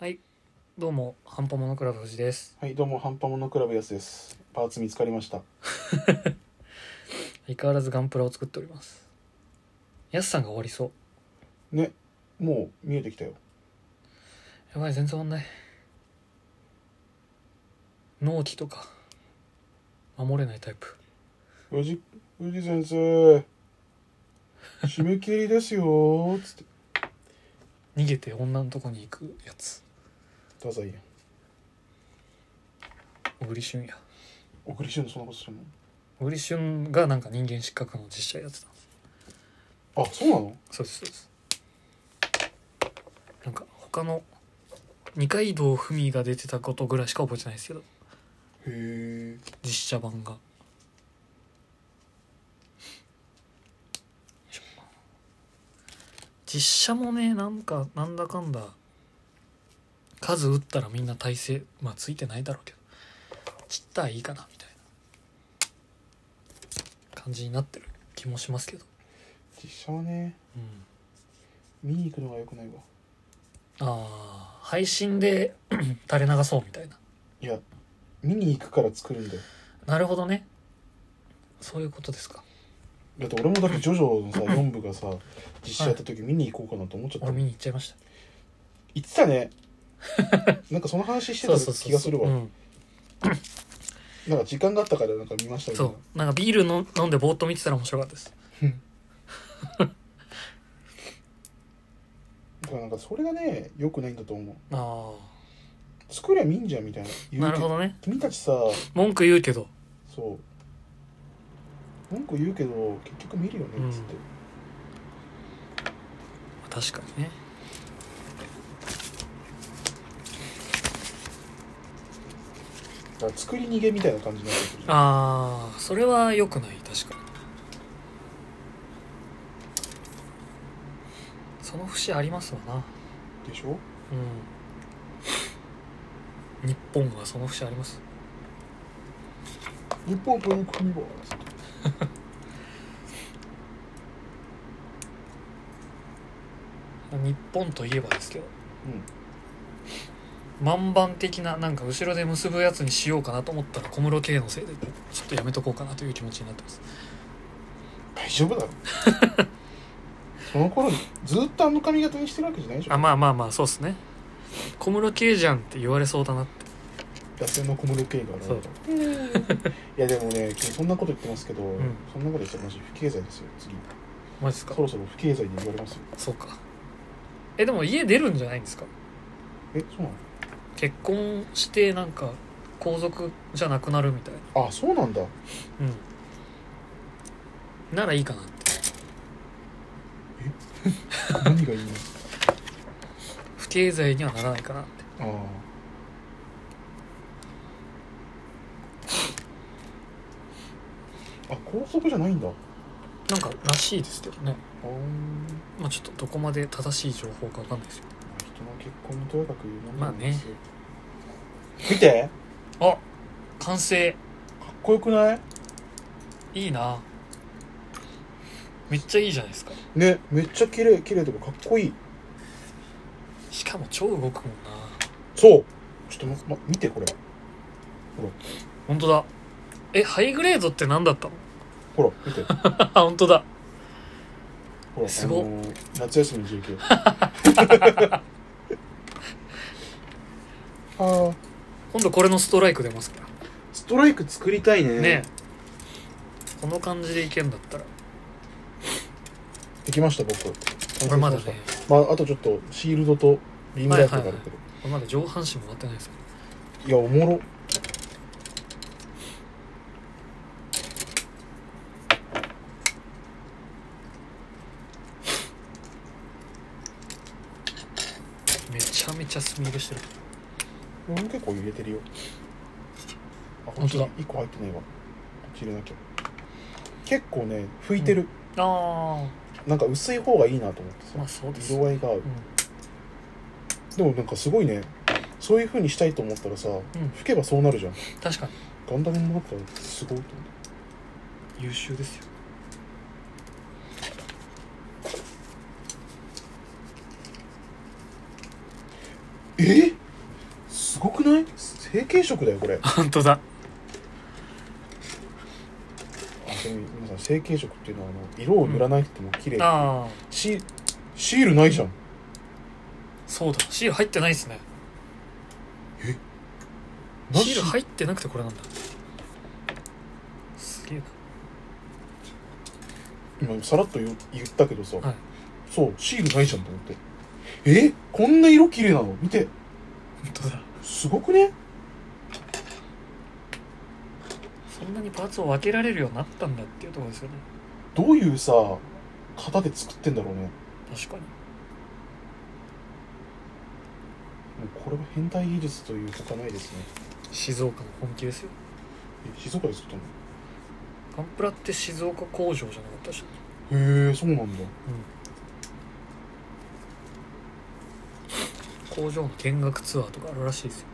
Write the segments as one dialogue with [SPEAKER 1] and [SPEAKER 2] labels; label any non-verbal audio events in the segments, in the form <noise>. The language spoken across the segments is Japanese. [SPEAKER 1] はい、どうも、ハンパモノクラブ藤です。
[SPEAKER 2] はい、どうも、ハンパモノクラブやすです。パーツ見つかりました。
[SPEAKER 1] 相変わらずガンプラを作っております。やすさんが終わりそう。
[SPEAKER 2] ね、もう見えてきたよ。
[SPEAKER 1] やばい、全然終わんない。納期とか、守れないタイプ。
[SPEAKER 2] 藤藤
[SPEAKER 1] <laughs>
[SPEAKER 2] 先生、締め切りですよつって。
[SPEAKER 1] 逃げて女のとこに行くやつ。
[SPEAKER 2] ダザイやん。
[SPEAKER 1] 小栗旬や。
[SPEAKER 2] 送りしゅんのそんなことする
[SPEAKER 1] 小栗旬がなんか人間失格の実写やってたんです。
[SPEAKER 2] のあ、そうなの
[SPEAKER 1] そうです、そうです。なんか、他の、二階堂ふみが出てたことぐらいしか覚えてないですけど、
[SPEAKER 2] へえ。
[SPEAKER 1] 実写版が。実写もねなんかなんだかんだ数打ったらみんな体勢まあついてないだろうけど散ったらいいかなみたいな感じになってる気もしますけど、
[SPEAKER 2] 実写はね、
[SPEAKER 1] うん、
[SPEAKER 2] 見に行くのが良くないわ。
[SPEAKER 1] あー配信で <clears throat> 垂れ流そうみたいない
[SPEAKER 2] や、見に行くから作るんだよ。
[SPEAKER 1] なるほどねそういうことですか
[SPEAKER 2] だって俺もだってジョジョ
[SPEAKER 1] <laughs>
[SPEAKER 2] のさ、4部がさ、実写やった時見に行こうかなと思っちゃった。
[SPEAKER 1] 俺見に行っちゃいました
[SPEAKER 2] 言ってたね。なんかその話してた気がするわ。
[SPEAKER 1] うん
[SPEAKER 2] なんか時間があったからなんか見ましたみたいな
[SPEAKER 1] そうなんかビールの飲んでぼーっと見てたら面白かったです
[SPEAKER 2] だからなんかそれがね良くないんだと思う
[SPEAKER 1] あ
[SPEAKER 2] 作りゃいいんじゃんみたいな
[SPEAKER 1] あ
[SPEAKER 2] 言う
[SPEAKER 1] なるほ
[SPEAKER 2] け
[SPEAKER 1] どね
[SPEAKER 2] 君たちさ
[SPEAKER 1] 文句言うけど
[SPEAKER 2] そう文句言うけど結局見るよね
[SPEAKER 1] うん
[SPEAKER 2] っつって、
[SPEAKER 1] 確かにね
[SPEAKER 2] だから作り逃げみたいな感じになってくるじゃん
[SPEAKER 1] ああそれは良くない確かにその節ありますわな
[SPEAKER 2] でしょ
[SPEAKER 1] うん日本はその節あります
[SPEAKER 2] 日本文化にはつって
[SPEAKER 1] 日本といえばですけど
[SPEAKER 2] うん
[SPEAKER 1] 満版的ななんか後ろで結ぶやつにしようかなと思ったら小室圭のせいでちょっとやめとこうかなという気持ちになってます
[SPEAKER 2] 大
[SPEAKER 1] <laughs>
[SPEAKER 2] 丈夫だろその頃にずっとあの髪型にしてるわけじゃないでしょ
[SPEAKER 1] あまあまあまあそうっすね小室圭じゃんって言われそうだなって
[SPEAKER 2] 野生の小室圭が現れた <laughs> いやでもねそんなこと言ってますけど、
[SPEAKER 1] ん
[SPEAKER 2] そんなこと言ったらマジ不経済ですよ次
[SPEAKER 1] マジっすか
[SPEAKER 2] そろそろ不経済に言われますよ
[SPEAKER 1] そうかえでも家出るんじゃないんですか
[SPEAKER 2] えそうな
[SPEAKER 1] 結婚してなんか皇族じゃなくなるみたいな
[SPEAKER 2] のあそうなんだへ
[SPEAKER 1] うんならいいかなって
[SPEAKER 2] 何がいいの
[SPEAKER 1] 不経済にはならないかなって
[SPEAKER 2] あああ高速じゃないんだあ
[SPEAKER 1] なんからしいですけどね
[SPEAKER 2] あ
[SPEAKER 1] まあちょっとどこまで正しい情報かわかんないですよ
[SPEAKER 2] 人の結婚にとやかく言うもん
[SPEAKER 1] まあね
[SPEAKER 2] よ見て
[SPEAKER 1] あ完成
[SPEAKER 2] かっこよくない
[SPEAKER 1] いいなめっちゃいいじゃないですか
[SPEAKER 2] ねめっちゃ綺麗綺麗とかかっこいい
[SPEAKER 1] しかも超動くもんな
[SPEAKER 2] そうちょっとま、ま、見てこれ
[SPEAKER 1] 本当だえハイグレードって何だったの <laughs>
[SPEAKER 2] ほら見てほら
[SPEAKER 1] あ本当だ <laughs> す
[SPEAKER 2] あ
[SPEAKER 1] ごっ
[SPEAKER 2] のー夏休みの
[SPEAKER 1] <laughs>
[SPEAKER 2] JK ああ
[SPEAKER 1] 今度これのストライク出ますか
[SPEAKER 2] ストライク作りたいね
[SPEAKER 1] らねえこの感じでいけんだったら
[SPEAKER 2] できました僕
[SPEAKER 1] 俺まだね
[SPEAKER 2] まあ、あとちょっとシールドとビームライトがあるけど、
[SPEAKER 1] 俺まだ上半身も終わってないですか
[SPEAKER 2] いやおもろ
[SPEAKER 1] らめちゃめちゃ墨入れしてる
[SPEAKER 2] 俺も結構入れてるよあ
[SPEAKER 1] 本当だ
[SPEAKER 2] こっち1個入ってないわこっち入れなきゃ結構ね拭いてる、
[SPEAKER 1] あ
[SPEAKER 2] なんか薄い方がいいなと思って
[SPEAKER 1] あまあ
[SPEAKER 2] さ
[SPEAKER 1] そうです
[SPEAKER 2] 色合いが合うでもなんかすごいねそういう風にしたいと思ったらさ、
[SPEAKER 1] ん
[SPEAKER 2] 拭けばそうなるじゃん
[SPEAKER 1] うん、確か
[SPEAKER 2] ガンダムもだったらすごいと思って
[SPEAKER 1] に優秀ですよ
[SPEAKER 2] えすごくない成型色だよこれあ
[SPEAKER 1] <laughs> 本当だ
[SPEAKER 2] ちなみに皆さん成型色っていうのはあの色を塗らなくても綺麗、
[SPEAKER 1] ああ
[SPEAKER 2] シシールないじゃん
[SPEAKER 1] そうだシール入ってないですね
[SPEAKER 2] なし
[SPEAKER 1] シール入ってなくてこれなんだすげえな
[SPEAKER 2] 今さらっと言う言ったけどさ、
[SPEAKER 1] はい
[SPEAKER 2] そうシールないじゃんと思ってえこんな色綺麗なの見て
[SPEAKER 1] 本当だ
[SPEAKER 2] すごくね
[SPEAKER 1] そんなにパーツを分けられるようになったんだっていうところですよね
[SPEAKER 2] どういうさ型で作ってんだろうねも
[SPEAKER 1] 確かに
[SPEAKER 2] うこれは変態技術というほかないですね
[SPEAKER 1] 静岡の本気ですよ
[SPEAKER 2] え静岡で作った
[SPEAKER 1] ガンプラって静岡工場じゃなかったし
[SPEAKER 2] のへえそうなんだ
[SPEAKER 1] 工場の見学ツアーとかあるらしいですよ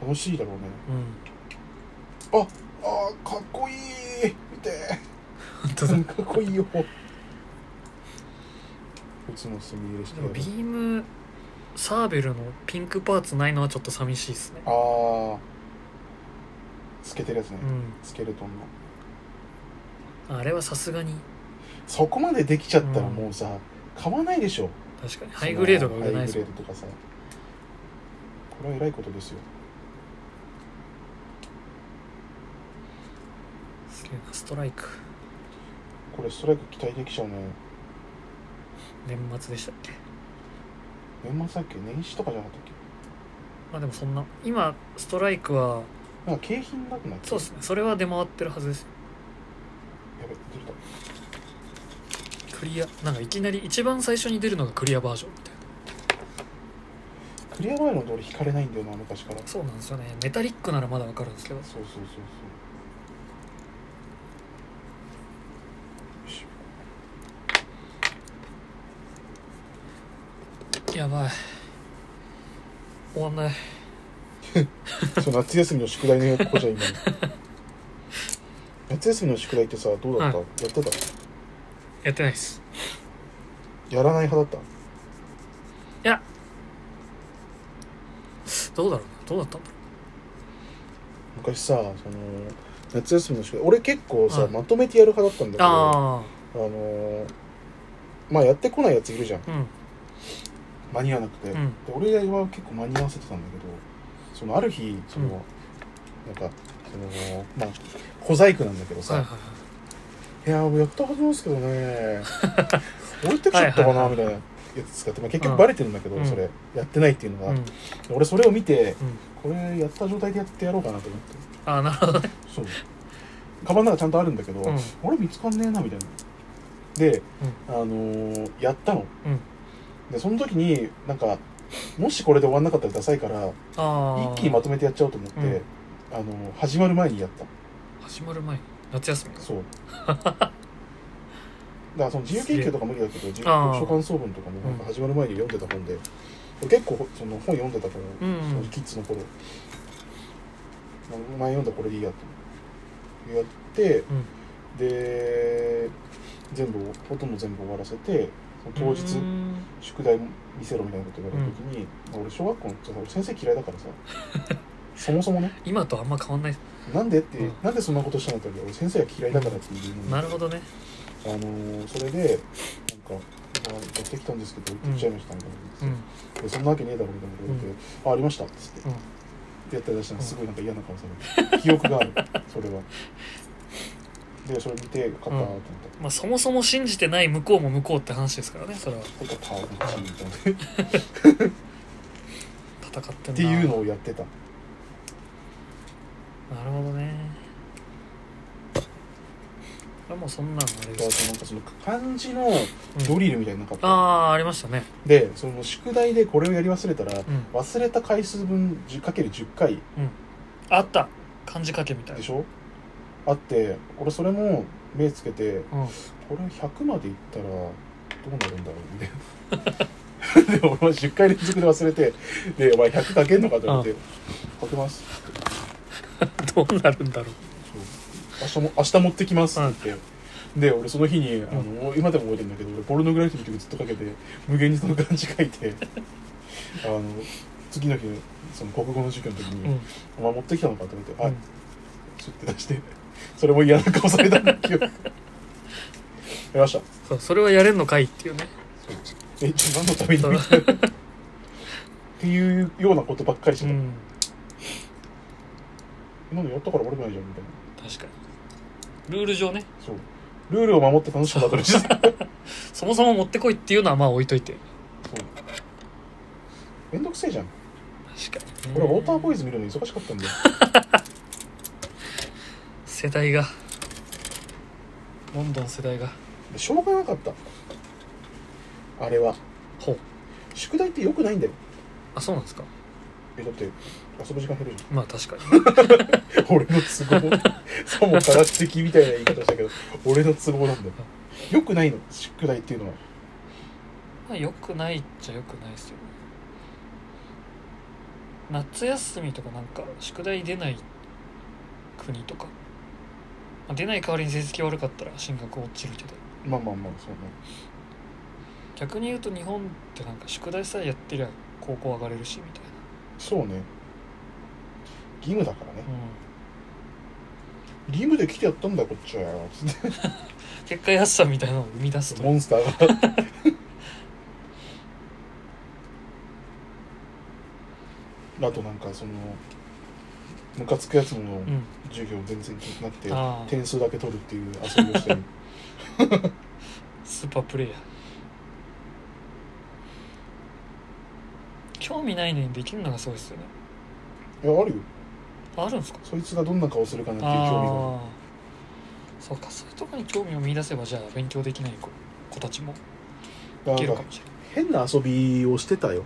[SPEAKER 2] 楽しいだろうね
[SPEAKER 1] うん
[SPEAKER 2] あーかっこいい見て
[SPEAKER 1] 本当だ <laughs> で
[SPEAKER 2] <laughs> かっこいいよこいつのすみれして
[SPEAKER 1] もビームサーベルのピンクパーツないのはちょっと寂しいですね
[SPEAKER 2] あー透けてるやつね、
[SPEAKER 1] うん
[SPEAKER 2] スケルトンの
[SPEAKER 1] あれはさすがに
[SPEAKER 2] そこまでできちゃったらもうさ、買わないでしょ
[SPEAKER 1] 確かにハイグレードが売れないです
[SPEAKER 2] ですハイ
[SPEAKER 1] も
[SPEAKER 2] グ
[SPEAKER 1] ん
[SPEAKER 2] レードとかさこれは偉いことですよ
[SPEAKER 1] すげえなストライク
[SPEAKER 2] これストライク期待できちゃうね
[SPEAKER 1] 年末でしたっけ
[SPEAKER 2] 年末だっけ年始とかじゃなかったっけ
[SPEAKER 1] まあでもそんな今ストライクは
[SPEAKER 2] なんか景品なくなって
[SPEAKER 1] そうですねそれは出回ってるはずです
[SPEAKER 2] やべずれた
[SPEAKER 1] クリアなんかいきなり一番最初に出るのがクリアバージョンみたいな
[SPEAKER 2] クリア前の通り引かれないんだよな昔から
[SPEAKER 1] そうなんですよねメタリックならまだわかるんですけど
[SPEAKER 2] そうそうそうそうよし
[SPEAKER 1] やばい終わんない
[SPEAKER 2] そう夏休みの宿題の子じゃん今 <laughs> 夏休みの宿題ってさどうだった、
[SPEAKER 1] は
[SPEAKER 2] やってた
[SPEAKER 1] やってないです
[SPEAKER 2] やらない派だっ
[SPEAKER 1] どうだろうどうだったんだろ
[SPEAKER 2] た昔さその夏休みの宿題俺結構さ、
[SPEAKER 1] はい
[SPEAKER 2] まとめてやる派だったんだ
[SPEAKER 1] う
[SPEAKER 2] けどあ
[SPEAKER 1] あ
[SPEAKER 2] のーまあやってこないやついるじゃん
[SPEAKER 1] あうん
[SPEAKER 2] 間に合わなくて、
[SPEAKER 1] う
[SPEAKER 2] で
[SPEAKER 1] ん
[SPEAKER 2] 俺は結構間に合わせてたんだけどそのある日その、
[SPEAKER 1] うん
[SPEAKER 2] なんかそのまあ小細工なんだけどさ、
[SPEAKER 1] はいはいはい
[SPEAKER 2] いやーやったはずなんですけ
[SPEAKER 1] <laughs>
[SPEAKER 2] どね置いてきちゃったかな
[SPEAKER 1] はいはいはい
[SPEAKER 2] みたいなやつ使って、まあ、結局バレてるんだけど、
[SPEAKER 1] うん
[SPEAKER 2] それやってないっていうのが、
[SPEAKER 1] うんうん
[SPEAKER 2] 俺それを見てこれやった状態でやってやろうかなと思って
[SPEAKER 1] ああなるほどね
[SPEAKER 2] そうカバンの中ちゃんとあるんだけど、
[SPEAKER 1] うん
[SPEAKER 2] あれ見つかんねえなみたいなで、あのーやったの、
[SPEAKER 1] うん
[SPEAKER 2] でその時になんかもしこれで終わんなかったらダサいから
[SPEAKER 1] ああ
[SPEAKER 2] 一気にまとめてやっちゃおうと思って、
[SPEAKER 1] うん
[SPEAKER 2] あのー始まる前にやった
[SPEAKER 1] 始まる前に夏休みか
[SPEAKER 2] そう
[SPEAKER 1] <laughs>
[SPEAKER 2] だからその自由研究とか無理だけど自由
[SPEAKER 1] あー
[SPEAKER 2] 書簡総文とかもなんか始まる前に読んでた本で、結構その本読んでたから、
[SPEAKER 1] うんうん
[SPEAKER 2] そのキッズの頃前読んだこれでいいやとやって
[SPEAKER 1] うん
[SPEAKER 2] で全部ほとんど全部終わらせてその当日
[SPEAKER 1] うん
[SPEAKER 2] 宿題見せろみたいなこと言われた時に、俺小学校の時俺先生嫌いだからさそもそもね <laughs>
[SPEAKER 1] 今とあんま変わんない
[SPEAKER 2] なんでって、
[SPEAKER 1] うん
[SPEAKER 2] なんでそんなことしたのって言われて俺先生が嫌いだからっていうのに
[SPEAKER 1] なるほどね
[SPEAKER 2] あのーそれで、なんか、あやってきたんですけど、言っちゃいましたみたい
[SPEAKER 1] うん
[SPEAKER 2] な、でそんなわけねえだろみたいなこと言って、あ、ありましたっつって、
[SPEAKER 1] うん
[SPEAKER 2] でやったら出したら、
[SPEAKER 1] うん
[SPEAKER 2] すごいなんか嫌な顔されて、記憶がある、それは。で、それ見て、勝ったなと思っ
[SPEAKER 1] まあそもそも信じてない向こうも向こうって話ですからねそれは
[SPEAKER 2] た。なんか、パーのチーみたいな。っ
[SPEAKER 1] 戦ってんな
[SPEAKER 2] ていうのをやってた。
[SPEAKER 1] なるほどねこれもうそんなのあれ
[SPEAKER 2] だか
[SPEAKER 1] で
[SPEAKER 2] ら、
[SPEAKER 1] す
[SPEAKER 2] そのなんかその漢字の
[SPEAKER 1] うん
[SPEAKER 2] ドリルみたいなのな
[SPEAKER 1] あ
[SPEAKER 2] かっ
[SPEAKER 1] あありましたね
[SPEAKER 2] た。で、その宿題でこれをやり忘れたら、
[SPEAKER 1] うん
[SPEAKER 2] 忘れた回数分 10×10 回
[SPEAKER 1] あった漢字書けみたい
[SPEAKER 2] で <laughs>
[SPEAKER 1] な
[SPEAKER 2] しょあって、俺それも目つけて、
[SPEAKER 1] うん
[SPEAKER 2] これ100までいったらどうなるんだろ
[SPEAKER 1] <laughs>
[SPEAKER 2] うみたいなで俺は10回連続で忘れて「でお前100かけんのか?」と思って「かけます
[SPEAKER 1] どうなるんだろう」
[SPEAKER 2] 明日も明日持ってきます」って言って。で俺その日に
[SPEAKER 1] <laughs>
[SPEAKER 2] あの、今でも覚えてるんだけど俺ポルノグラフィティの曲ずっとかけて無限にその漢字書いてあの次の日その国語の授業の時
[SPEAKER 1] う
[SPEAKER 2] に
[SPEAKER 1] ん
[SPEAKER 2] 「お前持ってきたのか?」と思って「は
[SPEAKER 1] う
[SPEAKER 2] い
[SPEAKER 1] ん」
[SPEAKER 2] ちょって出してそれも嫌な顔されたんだけ
[SPEAKER 1] <laughs>
[SPEAKER 2] どやりました
[SPEAKER 1] そうそれはやれんのかいっていうね
[SPEAKER 2] え自分のために
[SPEAKER 1] そう
[SPEAKER 2] <laughs> っていうようなことばっかりして
[SPEAKER 1] う
[SPEAKER 2] た、
[SPEAKER 1] ん
[SPEAKER 2] 今のやったから悪くないじゃんみたいな
[SPEAKER 1] 確かにルール上ね
[SPEAKER 2] そうルールを守って楽しくバトルし
[SPEAKER 1] <laughs>
[SPEAKER 2] てたそう
[SPEAKER 1] そもそも持ってこいっていうのはまあ置いといて
[SPEAKER 2] めんどくせえじゃん
[SPEAKER 1] 確かにね、
[SPEAKER 2] 俺ウォーターボーイズ見るの忙しかったんだよ
[SPEAKER 1] 世代がどんどん世代が
[SPEAKER 2] でしょうがなかったあれは
[SPEAKER 1] ほう
[SPEAKER 2] 宿題ってよくないんだよ
[SPEAKER 1] あそうなんですか
[SPEAKER 2] えだって遊ぶ時間減るじゃん
[SPEAKER 1] まあ確かに
[SPEAKER 2] <laughs> 俺の都合さもから的みたいな言い方したけど俺の都合なんだよよくないの宿題っていうのは
[SPEAKER 1] <laughs> まあよくないっちゃよくないですよね夏休みとかなんか宿題出ない国とか、まあ、出ない代わりに成績悪かったら進学落ちるけど
[SPEAKER 2] まあまあまあそうね
[SPEAKER 1] 逆に言うと日本ってなんか宿題さえやってりゃ高校上がれるしみたい
[SPEAKER 2] そうね義務だからね
[SPEAKER 1] な、
[SPEAKER 2] 義務で来てやったんだよこっちはつっ
[SPEAKER 1] 結果安さみたいなのを生み出す
[SPEAKER 2] て
[SPEAKER 1] と
[SPEAKER 2] モンスターが
[SPEAKER 1] <laughs>
[SPEAKER 2] あとなんかそのムカつくやつの
[SPEAKER 1] うん
[SPEAKER 2] 授業全然聞いてなくて、
[SPEAKER 1] ああ
[SPEAKER 2] 点数だけ取るっていう遊びを
[SPEAKER 1] <laughs>
[SPEAKER 2] してる
[SPEAKER 1] スーパープレイヤー興味ないのにできるのがすごいですよね
[SPEAKER 2] いやあるよ
[SPEAKER 1] あるんですか
[SPEAKER 2] そいつがどんな顔するかなっていう興味がある
[SPEAKER 1] ああそうかそういうとこに興味を見出せばじゃあ勉強できない子子たちもい
[SPEAKER 2] だ
[SPEAKER 1] け
[SPEAKER 2] か
[SPEAKER 1] る
[SPEAKER 2] ら
[SPEAKER 1] かもしれない
[SPEAKER 2] 変な遊びをしてたよ